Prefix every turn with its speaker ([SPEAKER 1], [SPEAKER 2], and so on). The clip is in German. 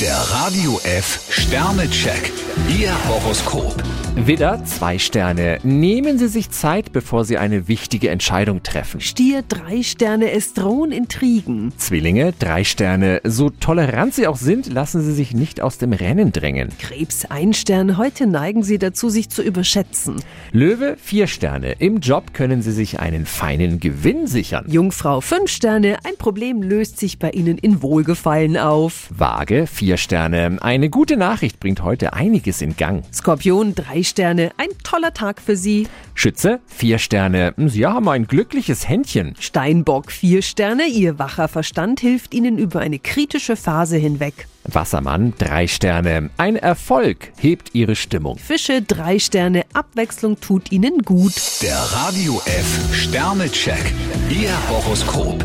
[SPEAKER 1] Der Radio F Sternecheck. Ihr Horoskop.
[SPEAKER 2] Widder, zwei Sterne. Nehmen Sie sich Zeit, bevor Sie eine wichtige Entscheidung treffen.
[SPEAKER 3] Stier drei Sterne, es drohen Intrigen.
[SPEAKER 2] Zwillinge, drei Sterne. So tolerant Sie auch sind, lassen Sie sich nicht aus dem Rennen drängen.
[SPEAKER 3] Krebs ein Stern, heute neigen Sie dazu, sich zu überschätzen.
[SPEAKER 2] Löwe, vier Sterne. Im Job können Sie sich einen feinen Gewinn sichern.
[SPEAKER 3] Jungfrau fünf Sterne, ein Problem löst sich bei Ihnen in Wohlgefallen auf.
[SPEAKER 2] Waage, vier Sterne. Eine gute Nachricht bringt heute einiges in Gang.
[SPEAKER 3] Skorpion drei Sterne, ein toller Tag für Sie.
[SPEAKER 2] Schütze, vier Sterne. Sie haben ein glückliches Händchen.
[SPEAKER 3] Steinbock vier Sterne, Ihr wacher Verstand hilft Ihnen über eine kritische Phase hinweg.
[SPEAKER 2] Wassermann, drei Sterne. Ein Erfolg hebt Ihre Stimmung.
[SPEAKER 3] Fische drei Sterne, Abwechslung tut Ihnen gut.
[SPEAKER 1] Der Radio F Sternecheck. Ihr Horoskop.